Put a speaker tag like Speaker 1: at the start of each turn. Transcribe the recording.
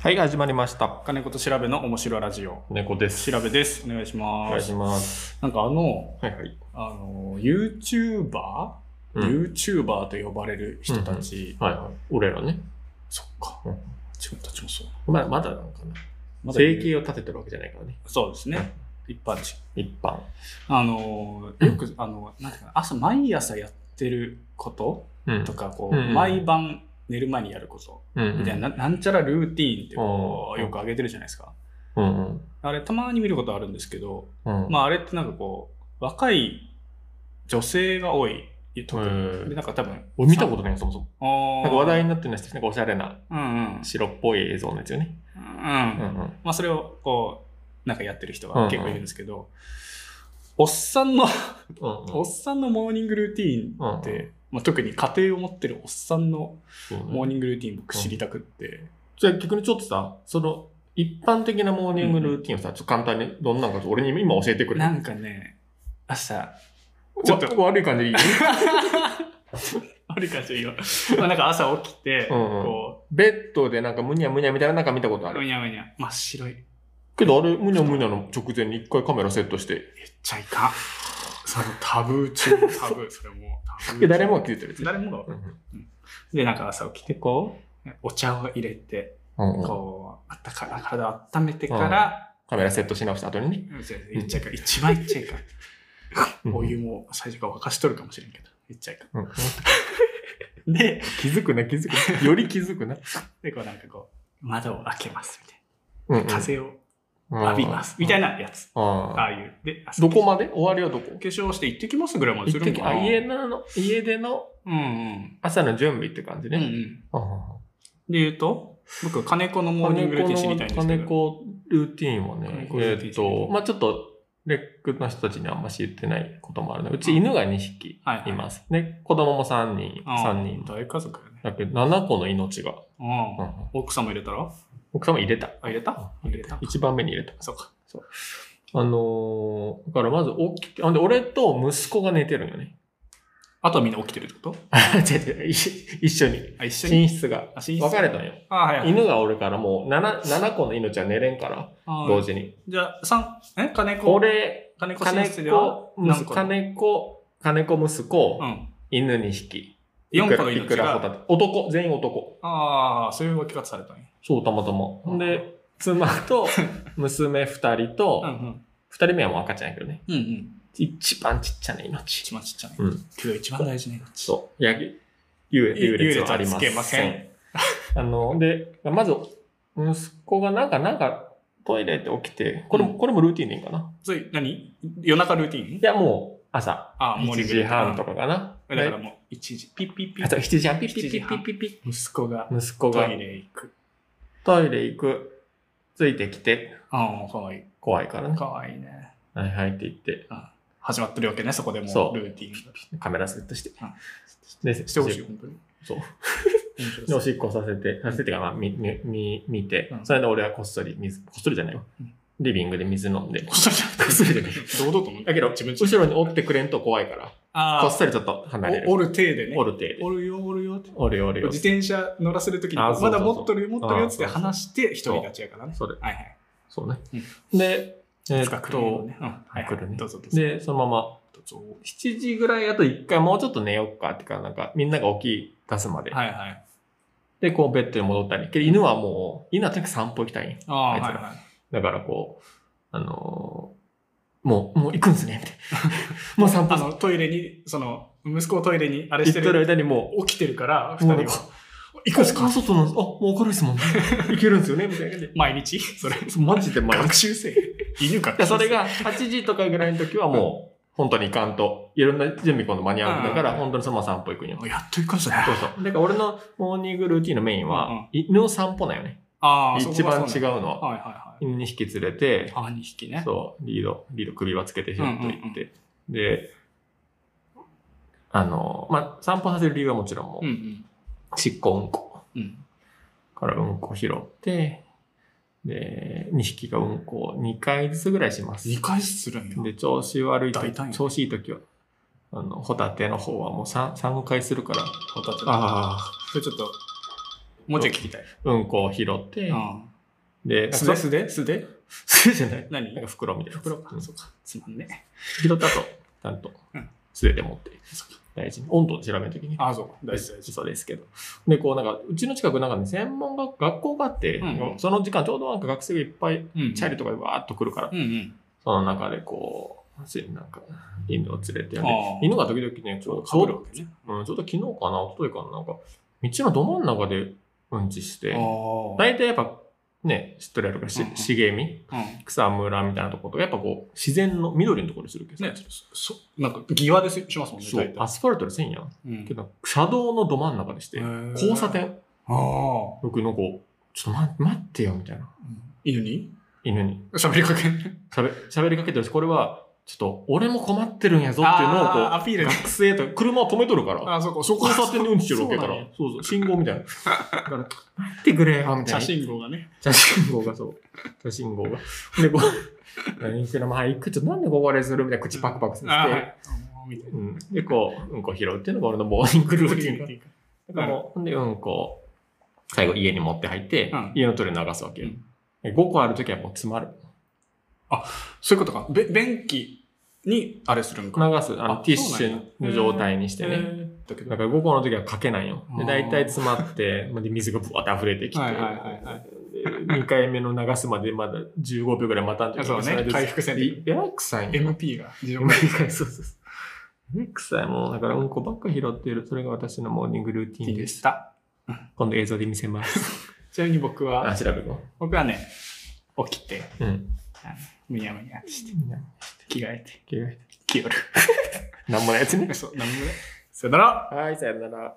Speaker 1: はい、始まりました。
Speaker 2: 金子と調べの面白いラジオ。
Speaker 1: 猫です。
Speaker 2: 調べです。お願いし
Speaker 1: お
Speaker 2: ま
Speaker 1: 願い
Speaker 2: す。
Speaker 1: します。
Speaker 2: なんかあの、
Speaker 1: はいはい。
Speaker 2: あの、YouTuber?YouTuber、
Speaker 1: うん。
Speaker 2: YouTuber と呼ばれる人たち。
Speaker 1: はいはい。俺らね。
Speaker 2: そっか。
Speaker 1: うん
Speaker 2: 自分たちもそう。
Speaker 1: まあ、まだなんかね。
Speaker 2: まだ
Speaker 1: 生計を立ててるわけじゃないからね。
Speaker 2: そうですね。一般人。
Speaker 1: 一般。
Speaker 2: あの、よく、あの、なんていうかな、朝、毎朝やってること
Speaker 1: うん
Speaker 2: とか、こ
Speaker 1: うんう
Speaker 2: う、
Speaker 1: ん
Speaker 2: 毎晩寝る前にやること
Speaker 1: うん。
Speaker 2: みたいな、なんちゃらルーティーンってこ
Speaker 1: お
Speaker 2: う
Speaker 1: ー
Speaker 2: よく挙げてるじゃないですか。
Speaker 1: うんうん。
Speaker 2: あれ、たまに見ることあるんですけど、
Speaker 1: うん。
Speaker 2: まあ、あれってなんかこう、若い女性が多い、特
Speaker 1: へ
Speaker 2: に。
Speaker 1: ー
Speaker 2: で、なんか多分。
Speaker 1: 俺見たことないよ、そもそも。な
Speaker 2: あなん
Speaker 1: か話題になってるのは、なんかおしゃれな
Speaker 2: うんうん。
Speaker 1: 白っぽい映像のやつよね。
Speaker 2: うん。
Speaker 1: うんうん。
Speaker 2: まあ、それをこう、なんかやってる人
Speaker 1: うんう
Speaker 2: が
Speaker 1: ん
Speaker 2: 結構いるんですけど、おっさんの、
Speaker 1: うん
Speaker 2: おっさんのモーニングルーティーンって、
Speaker 1: うん
Speaker 2: まあ、特に家庭を持ってるおっさんのモー
Speaker 1: うん。
Speaker 2: ニングルーティーン僕知りたくって、
Speaker 1: じゃあ逆にちょっとさ、その、一般的なモーニングルーティンをさ、ちょっと簡単に、どんなのか、俺に今教えてくれ。
Speaker 2: なんかね、朝、
Speaker 1: ちょっと悪い感じでいい
Speaker 2: あれかしら今、まあ、なんか朝起きて、
Speaker 1: うんうん
Speaker 2: こ
Speaker 1: ベッドでなんかむにゃむにゃみたいななんか見たことあ
Speaker 2: う、う
Speaker 1: る。
Speaker 2: にゃうにゃ、真っ白い。
Speaker 1: けどあれ、むにゃむにゃの直前に一回カメラセットして、
Speaker 2: めっちゃいかん。そのタブー中のタブー、それもうタブー中。
Speaker 1: で誰もが気づいてるやつ。
Speaker 2: 誰もが。
Speaker 1: うん
Speaker 2: で、なんか朝起きて、こう、お茶を入れて、
Speaker 1: うんうん
Speaker 2: こう、あったか、体を温めてから、
Speaker 1: カメラセットし直した後にね。
Speaker 2: うん、じゃあいっちゃいかん、一番いっちゃいかん。
Speaker 1: うん
Speaker 2: お湯も最初から沸かしとるかもしれんけど、いっちゃいか
Speaker 1: うん
Speaker 2: ん。で、
Speaker 1: 気づくな、気づくな。より気づくな。
Speaker 2: で、こうなんかこう、窓を開けます、みたい
Speaker 1: うんうん
Speaker 2: な。風を浴びます、みたい。なやつ。
Speaker 1: あ
Speaker 2: あ
Speaker 1: あ
Speaker 2: あいう。で、朝
Speaker 1: どこまで終わりはどこ
Speaker 2: 化粧して行ってきますぐらいまです
Speaker 1: 一
Speaker 2: るん
Speaker 1: 滴
Speaker 2: か
Speaker 1: あ
Speaker 2: な。
Speaker 1: 家の、家での
Speaker 2: うんうん。
Speaker 1: 朝の準備って感じ
Speaker 2: うんう
Speaker 1: ね。
Speaker 2: ん。
Speaker 1: ああ
Speaker 2: で言うと、僕は金子のモーニングルーティン知りたいんです
Speaker 1: 金
Speaker 2: けど。
Speaker 1: 子ルーティンは
Speaker 2: 金
Speaker 1: ね、
Speaker 2: 子ルーティ
Speaker 1: え
Speaker 2: ン
Speaker 1: っと、まあちょっと、レックの人たちにはあんまし言ってないこともあるの。うち犬が2匹
Speaker 2: はいはい
Speaker 1: います。で、子供も3人、3人。
Speaker 2: 大家族やね。
Speaker 1: だけど、7個の命が。
Speaker 2: う
Speaker 1: うん
Speaker 2: ん。奥様入れたら
Speaker 1: 奥様入れた。
Speaker 2: あ、入れた入れた。
Speaker 1: 1番目に入れた。
Speaker 2: そうか。
Speaker 1: あのー、だからまず起きて、あで俺と息子が寝てるんよね。
Speaker 2: あとはみんな起きてるってこと
Speaker 1: あ違う違う、一一緒に。
Speaker 2: あ、一緒に。
Speaker 1: 寝室が。
Speaker 2: あ、寝
Speaker 1: 分かれたんよ。
Speaker 2: あ、はいはい。
Speaker 1: 犬がおるからもう 7, 7個の命は寝れんから、
Speaker 2: あ
Speaker 1: 同時に。
Speaker 2: じゃあ、三え金子。
Speaker 1: 俺、
Speaker 2: 金子寝
Speaker 1: 金
Speaker 2: 室では
Speaker 1: 子、
Speaker 2: 何
Speaker 1: 息
Speaker 2: 個
Speaker 1: 子
Speaker 2: だ
Speaker 1: 金子、金子息子、
Speaker 2: うん。
Speaker 1: 犬2匹。い
Speaker 2: 4
Speaker 1: く
Speaker 2: 個の
Speaker 1: ら、
Speaker 2: 命
Speaker 1: いくらホタ
Speaker 2: が。
Speaker 1: テ。男、全員男。
Speaker 2: ああ、そういう分け方されたんや。
Speaker 1: そう、たまたま。ほんで、妻 と娘2人と、
Speaker 2: う
Speaker 1: 二
Speaker 2: んうん。
Speaker 1: 2人目はもう赤ちゃんやけどね。
Speaker 2: うんうん。
Speaker 1: 一番ちっちゃな命。
Speaker 2: 一番ちっちゃい。
Speaker 1: うん。
Speaker 2: けど一番大事ね。
Speaker 1: そう。やぎ、優
Speaker 2: 優
Speaker 1: 劣優劣
Speaker 2: 劣
Speaker 1: は
Speaker 2: は
Speaker 1: ありませ
Speaker 2: つけま
Speaker 1: ん。
Speaker 2: せん
Speaker 1: あの、で、まず、息子がなんか、なんか、トイレって起きて、これも、
Speaker 2: うん
Speaker 1: これもルーティンでいいんかな
Speaker 2: それ、何夜中ルーティーン
Speaker 1: いや、もう、朝、
Speaker 2: あモーニ
Speaker 1: 1
Speaker 2: ングル
Speaker 1: 時
Speaker 2: ーティン
Speaker 1: 半とかかな。
Speaker 2: だから
Speaker 1: で
Speaker 2: もう、一時、ピッピッピ
Speaker 1: あ
Speaker 2: ッ
Speaker 1: と。7時半、ピッピ
Speaker 2: 7
Speaker 1: ッ
Speaker 2: 時
Speaker 1: ピ
Speaker 2: 半
Speaker 1: ッピッピッ
Speaker 2: 息子が
Speaker 1: ピッ。息子
Speaker 2: ト
Speaker 1: が
Speaker 2: イレ行く。
Speaker 1: トイレ行く、ついてきて、
Speaker 2: ああ、かわいい。
Speaker 1: 怖いからね。
Speaker 2: かわいいね。
Speaker 1: はいはいって言って、
Speaker 2: 始まってるわけね、そこでも
Speaker 1: そう
Speaker 2: うルーティンが。
Speaker 1: カメラセットして
Speaker 2: あ。
Speaker 1: で、
Speaker 2: してほしい、本当に。
Speaker 1: そう。で、
Speaker 2: 面白いで
Speaker 1: お
Speaker 2: す
Speaker 1: しっこさせて、させてか、まあ、み、み、み、見て、
Speaker 2: うん
Speaker 1: それで俺はこっそり水、こっそりじゃないわ
Speaker 2: うん。
Speaker 1: リビングで水飲んで。
Speaker 2: こっそりじゃ
Speaker 1: こっそりじゃない
Speaker 2: 堂々と思う。
Speaker 1: だけど、
Speaker 2: 自分
Speaker 1: 後ろに折ってくれんと怖いから、こ
Speaker 2: あ
Speaker 1: っそりちょっと離れ
Speaker 2: あ、
Speaker 1: る。
Speaker 2: お折る手でね。
Speaker 1: 折る程度。
Speaker 2: 折るよ、折るよって。
Speaker 1: 折る折るよ
Speaker 2: 自。転車乗らせるときに、
Speaker 1: あ
Speaker 2: ま
Speaker 1: そうそうそう
Speaker 2: だ持っとるよ、持っとるよっつって
Speaker 1: あそうそう
Speaker 2: 話して、一人立ちやからね。
Speaker 1: それ、
Speaker 2: はいはい。
Speaker 1: そうね。で、え
Speaker 2: いつ
Speaker 1: ー
Speaker 2: か
Speaker 1: っ
Speaker 2: 来るよ
Speaker 1: と、
Speaker 2: ね。うんはい
Speaker 1: 来る
Speaker 2: はい。
Speaker 1: ね
Speaker 2: どうぞどうぞ。
Speaker 1: で、そのまま、
Speaker 2: どうぞ
Speaker 1: 7時ぐらいあと一回もうちょっと寝よっかってか、なんか、みんなが起き出すまで。
Speaker 2: はいはい。
Speaker 1: で、こうベッドに戻ったり。けど犬はもう、犬はとにかく散歩行きたいんよ
Speaker 2: ああ、は
Speaker 1: あ
Speaker 2: い
Speaker 1: いつら
Speaker 2: は
Speaker 1: だからこう、あのーもう、もう行くんすね、みたい な。もう散
Speaker 2: い。あ
Speaker 1: 歩
Speaker 2: の、トイレに、その、息子をトイレにあれ
Speaker 1: 行
Speaker 2: し
Speaker 1: っててる
Speaker 2: る、
Speaker 1: 間にも
Speaker 2: 起きてるから、
Speaker 1: う、
Speaker 2: 二
Speaker 1: もう
Speaker 2: 人
Speaker 1: なんか
Speaker 2: は。行くんす
Speaker 1: あ
Speaker 2: か
Speaker 1: 外なんです。あ、もう明るい ですもんね。行けるんですよね、みたいなね。
Speaker 2: 毎日それ。
Speaker 1: そうマジで毎日。
Speaker 2: 学習生。犬か。
Speaker 1: でそれが8時とかぐらいの時はもう、本当に行かんと、いろんな準備今度間に合うんだか
Speaker 2: う
Speaker 1: ら、
Speaker 2: ん
Speaker 1: 本当にそのまま散歩行くんよ。
Speaker 2: やっと行くんすね。
Speaker 1: そうそう。だから俺のモーニングルーティンのメイン
Speaker 2: うんうん
Speaker 1: は、犬の散歩なんよね。
Speaker 2: ああ、そこ
Speaker 1: 一
Speaker 2: がそう
Speaker 1: 番
Speaker 2: なんだ
Speaker 1: 違うのは、
Speaker 2: はいはい
Speaker 1: 犬2匹連れて、
Speaker 2: はい。あ、2匹ね。
Speaker 1: そう、リード、リード首輪つけてひょっと行って、
Speaker 2: うんうん
Speaker 1: で、あの、まあ、散歩させる理由はもちろんもう、
Speaker 2: うんうん。
Speaker 1: しっこうんこ
Speaker 2: うん。
Speaker 1: からうんこ拾って、で、2匹がうんこを2回ずつぐらいします。
Speaker 2: 2回するんや。
Speaker 1: で、調子悪いと
Speaker 2: 大胆や
Speaker 1: 調子いい時は、あの、ホタテの方はもう 3, 三回するから、
Speaker 2: ホタテ。
Speaker 1: ああ、
Speaker 2: それちょっと、もうちょい聞きたい。
Speaker 1: うんこを拾って、
Speaker 2: ん。
Speaker 1: で、
Speaker 2: 素で
Speaker 1: そ
Speaker 2: 素で素で
Speaker 1: 素手じゃない。
Speaker 2: 何
Speaker 1: なんか袋みたいな。
Speaker 2: 袋か
Speaker 1: う。ん
Speaker 2: そうか。つまんねえ。
Speaker 1: 拾った後、ちゃんと
Speaker 2: うん
Speaker 1: 素手で持って、大事に。温度を調べるときに。
Speaker 2: ああ、そうか。大
Speaker 1: 大
Speaker 2: 事
Speaker 1: 事
Speaker 2: 大
Speaker 1: 大
Speaker 2: 事。
Speaker 1: 事そうですけど。で、こうなんか、うちの近くなんかね、専門学学校があって、
Speaker 2: うん
Speaker 1: その時間ちょうどなんか学生がいっぱい、
Speaker 2: うん
Speaker 1: チャリとかでわーっと来るから、
Speaker 2: うんうん。
Speaker 1: その中でこう、ついなんか、犬を連れて、で
Speaker 2: あー
Speaker 1: 犬が時々ね、ちょうど
Speaker 2: かぶるわけね。
Speaker 1: うん、ちょうど昨日かな、一昨日かな、なんか、道のど真ん中でうんちして、
Speaker 2: あ
Speaker 1: 大体やっぱ、ね、知っとるやろか、し
Speaker 2: うんうん
Speaker 1: 茂み、
Speaker 2: あ。うん。
Speaker 1: 草むらみたいなところとか、やっぱこう、自然の緑のところにするけどさ
Speaker 2: ね、そ、なんか、際ですしますもんね、
Speaker 1: そう、アスファルトでせんやん。
Speaker 2: うん
Speaker 1: けど、車道のど真ん中でして、交差。
Speaker 2: へー
Speaker 1: 点、
Speaker 2: ああ。
Speaker 1: 僕の子、ちょっと待待ってよ、みたいな。
Speaker 2: 犬に
Speaker 1: 犬に。
Speaker 2: 喋りかけんね。
Speaker 1: 喋喋りかけてるし、これは、ちょっと、俺も困ってるんやぞっていうのを、こう、
Speaker 2: あーアピー ルね
Speaker 1: 学生とか、車を止めとるから、
Speaker 2: あ、そうか、そこ
Speaker 1: 交差点にうんちしてるわけやから、
Speaker 2: そう
Speaker 1: そう
Speaker 2: な
Speaker 1: ん
Speaker 2: や
Speaker 1: そう信号みたいな。だから、待ってくれよ、みたいな。
Speaker 2: 写真号がね。
Speaker 1: 写真号がそう。写真号が。で、こう、何してるのまあ、いくちょっとなんでここあれするみたいな、口パクパクさせて、
Speaker 2: あーはい。あーみたい
Speaker 1: うん。で、こう、うんこ拾うっていうのが俺のボーリングルーティンだだからもう、ほんで、うんこを、最後家に持って入って、
Speaker 2: うん
Speaker 1: 家のトイレに流すわけよ。
Speaker 2: うん
Speaker 1: で5個あるときはもう詰まる。
Speaker 2: そういうことか。べ便器に、あれするんか。
Speaker 1: 流す、あの、
Speaker 2: あ
Speaker 1: ティッシュの状態にして
Speaker 2: へ
Speaker 1: ね。
Speaker 2: ーだけど
Speaker 1: だから5個の時はかけないよ。
Speaker 2: あー
Speaker 1: で、大体詰まって、まあで水がぶわって溢れてきて、
Speaker 2: はいはいはいはい
Speaker 1: 2回目の流すまでまだ15秒ぐらい待たんといけない
Speaker 2: そうね回復せんと
Speaker 1: えらくさいんよ
Speaker 2: MP が自 動
Speaker 1: そうそうそう。ね、臭いもん。だからうんこばっか拾ってる。それが私のモーニングルーティンです。
Speaker 2: した。
Speaker 1: 今度映像で見せます。
Speaker 2: ちなみに僕は、
Speaker 1: 調べろ。
Speaker 2: 僕はね、起きて、
Speaker 1: うん。
Speaker 2: あのむにゃむにゃ、着替えて、
Speaker 1: 着替え
Speaker 2: 着よる。
Speaker 1: てなんもないやつね。
Speaker 2: そう、なんもね。さよなら
Speaker 1: はい、さよなら。